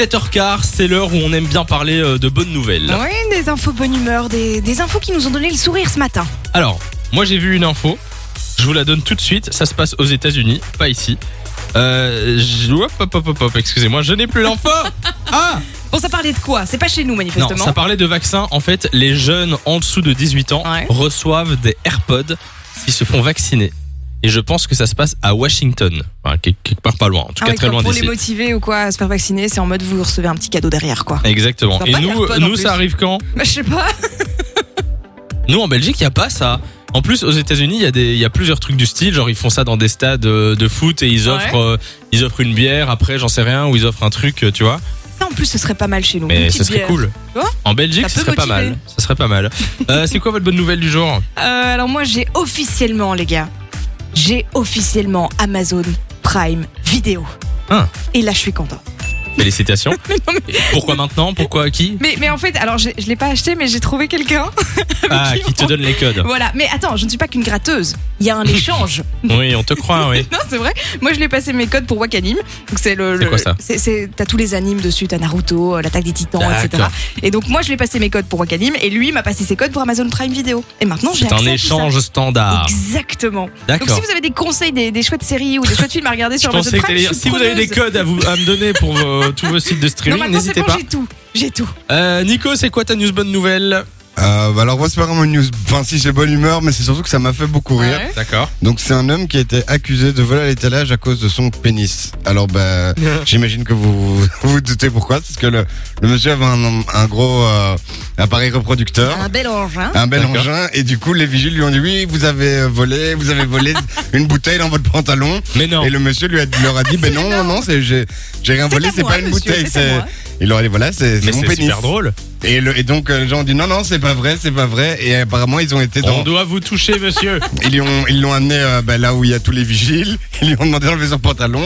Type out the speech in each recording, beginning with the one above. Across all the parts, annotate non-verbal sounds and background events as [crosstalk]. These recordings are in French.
7h15, c'est l'heure où on aime bien parler euh, de bonnes nouvelles. Oui, des infos bonne humeur, des, des infos qui nous ont donné le sourire ce matin. Alors, moi j'ai vu une info, je vous la donne tout de suite, ça se passe aux États-Unis, pas ici. Euh, je- hop, hop, hop, hop, hop, excusez-moi, je n'ai plus [laughs] l'info Ah Bon, ça parlait de quoi C'est pas chez nous, Non, manifestement. ça parlait de vaccins. En fait, les jeunes en dessous de 18 ans Ouais. reçoivent des AirPods s'ils se font vacciner. Et je pense que ça se passe à Washington, Enfin, quel- quelque part pas loin, en tout Ah cas oui, très quoi, loin pour les d'ici. motiver ou quoi à se faire vacciner, c'est en mode vous recevez un petit cadeau [laughs] derrière quoi. Exactement. Sympa, Et les nous, AirPods, en nous plus. ça arrive quand Bah, je sais pas. Nous, en Belgique, il n'y a pas ça. En plus, aux États-Unis, il y, a des- il y a plusieurs trucs du style. Genre, ils font ça dans des stades euh, de foot et ils Ouais. offrent, euh, ils offrent une bière après, j'en sais rien, ou ils offrent un truc, euh, tu vois. Ça en plus ce serait pas mal chez nous. Une Mais petite ce serait bière. cool. Tu vois En Belgique, Ça ce peut serait pas motiver. mal. Ça serait pas [laughs] mal. Euh, c'est quoi votre bonne nouvelle du jour Euh, alors moi j'ai officiellement les gars, j'ai officiellement Amazon Prime Vidéo. Ah. Et là je suis contente. [laughs] Félicitations. Pourquoi maintenant Pourquoi à qui Mais, mais en fait, alors j'ai- je l'ai pas acheté mais j'ai trouvé quelqu'un. Ah, qui qui te donne les codes. [laughs] voilà, mais attends, je ne suis pas qu'une gratteuse. Il [laughs] y a un échange. Oui, on te croit, oui. Non, [laughs] c'est vrai. Moi, je l'ai passé mes codes pour Wakanim. Donc c'est le. C'est le- quoi ça c'est- c'est- T'as tous les animes dessus. T'as Naruto, euh, l'attaque des Titans, etc. D'accord. Et donc moi, je l'ai passé mes codes pour Wakanim et lui m'a passé ses codes pour Amazon Prime Video. Et maintenant, j'ai C'est un accès à tout ça. échange standard. Exactement. Donc D'accord. si vous avez des conseils, des, des chouettes séries ou des chouettes films à regarder Je sur Amazon pensais que Prime, t'allais dire, je suis si vous avez des preneuse. codes à, vous, à me donner pour vos- tous vos sites de Non, streaming, maintenant, c'est n'hésitez bon, pas. j'ai tout. J'ai tout. Euh, Nico, c'est quoi ta news bonne nouvelle Euh, bah alors moi c'est pas vraiment une news, enfin si j'ai bonne humeur mais c'est surtout que ça m'a fait beaucoup rire. Ouais. D'accord. Donc c'est un homme qui a été accusé de voler à l'étalage à cause de son pénis. Alors bah Euh, j'imagine que vous [laughs] vous vous doutez pourquoi, parce que le, le monsieur avait un, un gros euh, appareil reproducteur. Un bel ange, hein. Un bel D'accord. engin et du coup les vigiles lui ont dit oui vous avez euh, volé vous avez [laughs] volé une bouteille dans votre pantalon Mais non. et le monsieur lui a, leur a dit ben non non non c'est j'ai j'ai rien C'est volé à c'est moi, pas une monsieur, bouteille c'est à c'est moi. il leur a dit voilà c'est c'est Mais mon c'est pénis super drôle. et, le- et donc euh, les gens ont dit non non c'est pas vrai c'est pas vrai et apparemment ils ont été dans On doit vous toucher, [laughs] monsieur. ils lui ont- ils l'ont amené euh, ben, là où il y a tous les vigiles [laughs] ils lui ont demandé d'enlever son pantalon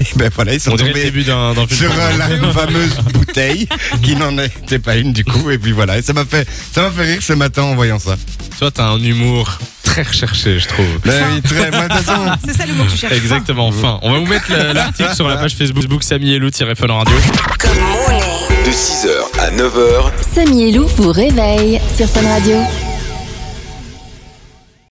et ben voilà ils sont On dirait le tombés début d'un d'un film. hein. sur euh, la fameuse bouteille qui n'en était pas une du coup et puis voilà et ça m'a fait ça m'a fait rire ce matin en voyant ça Toi, t'as un humour très recherché, je trouve. Ben oui, très, moi, de toute façon, Ah, C'est ça le mot que tu cherches. Exactement, enfin. On va vous mettre la- l'article sur la page Facebook Samy et Lou-Fun Radio. De 6h à 9h, Samy et Lou vous réveille sur Fun Radio.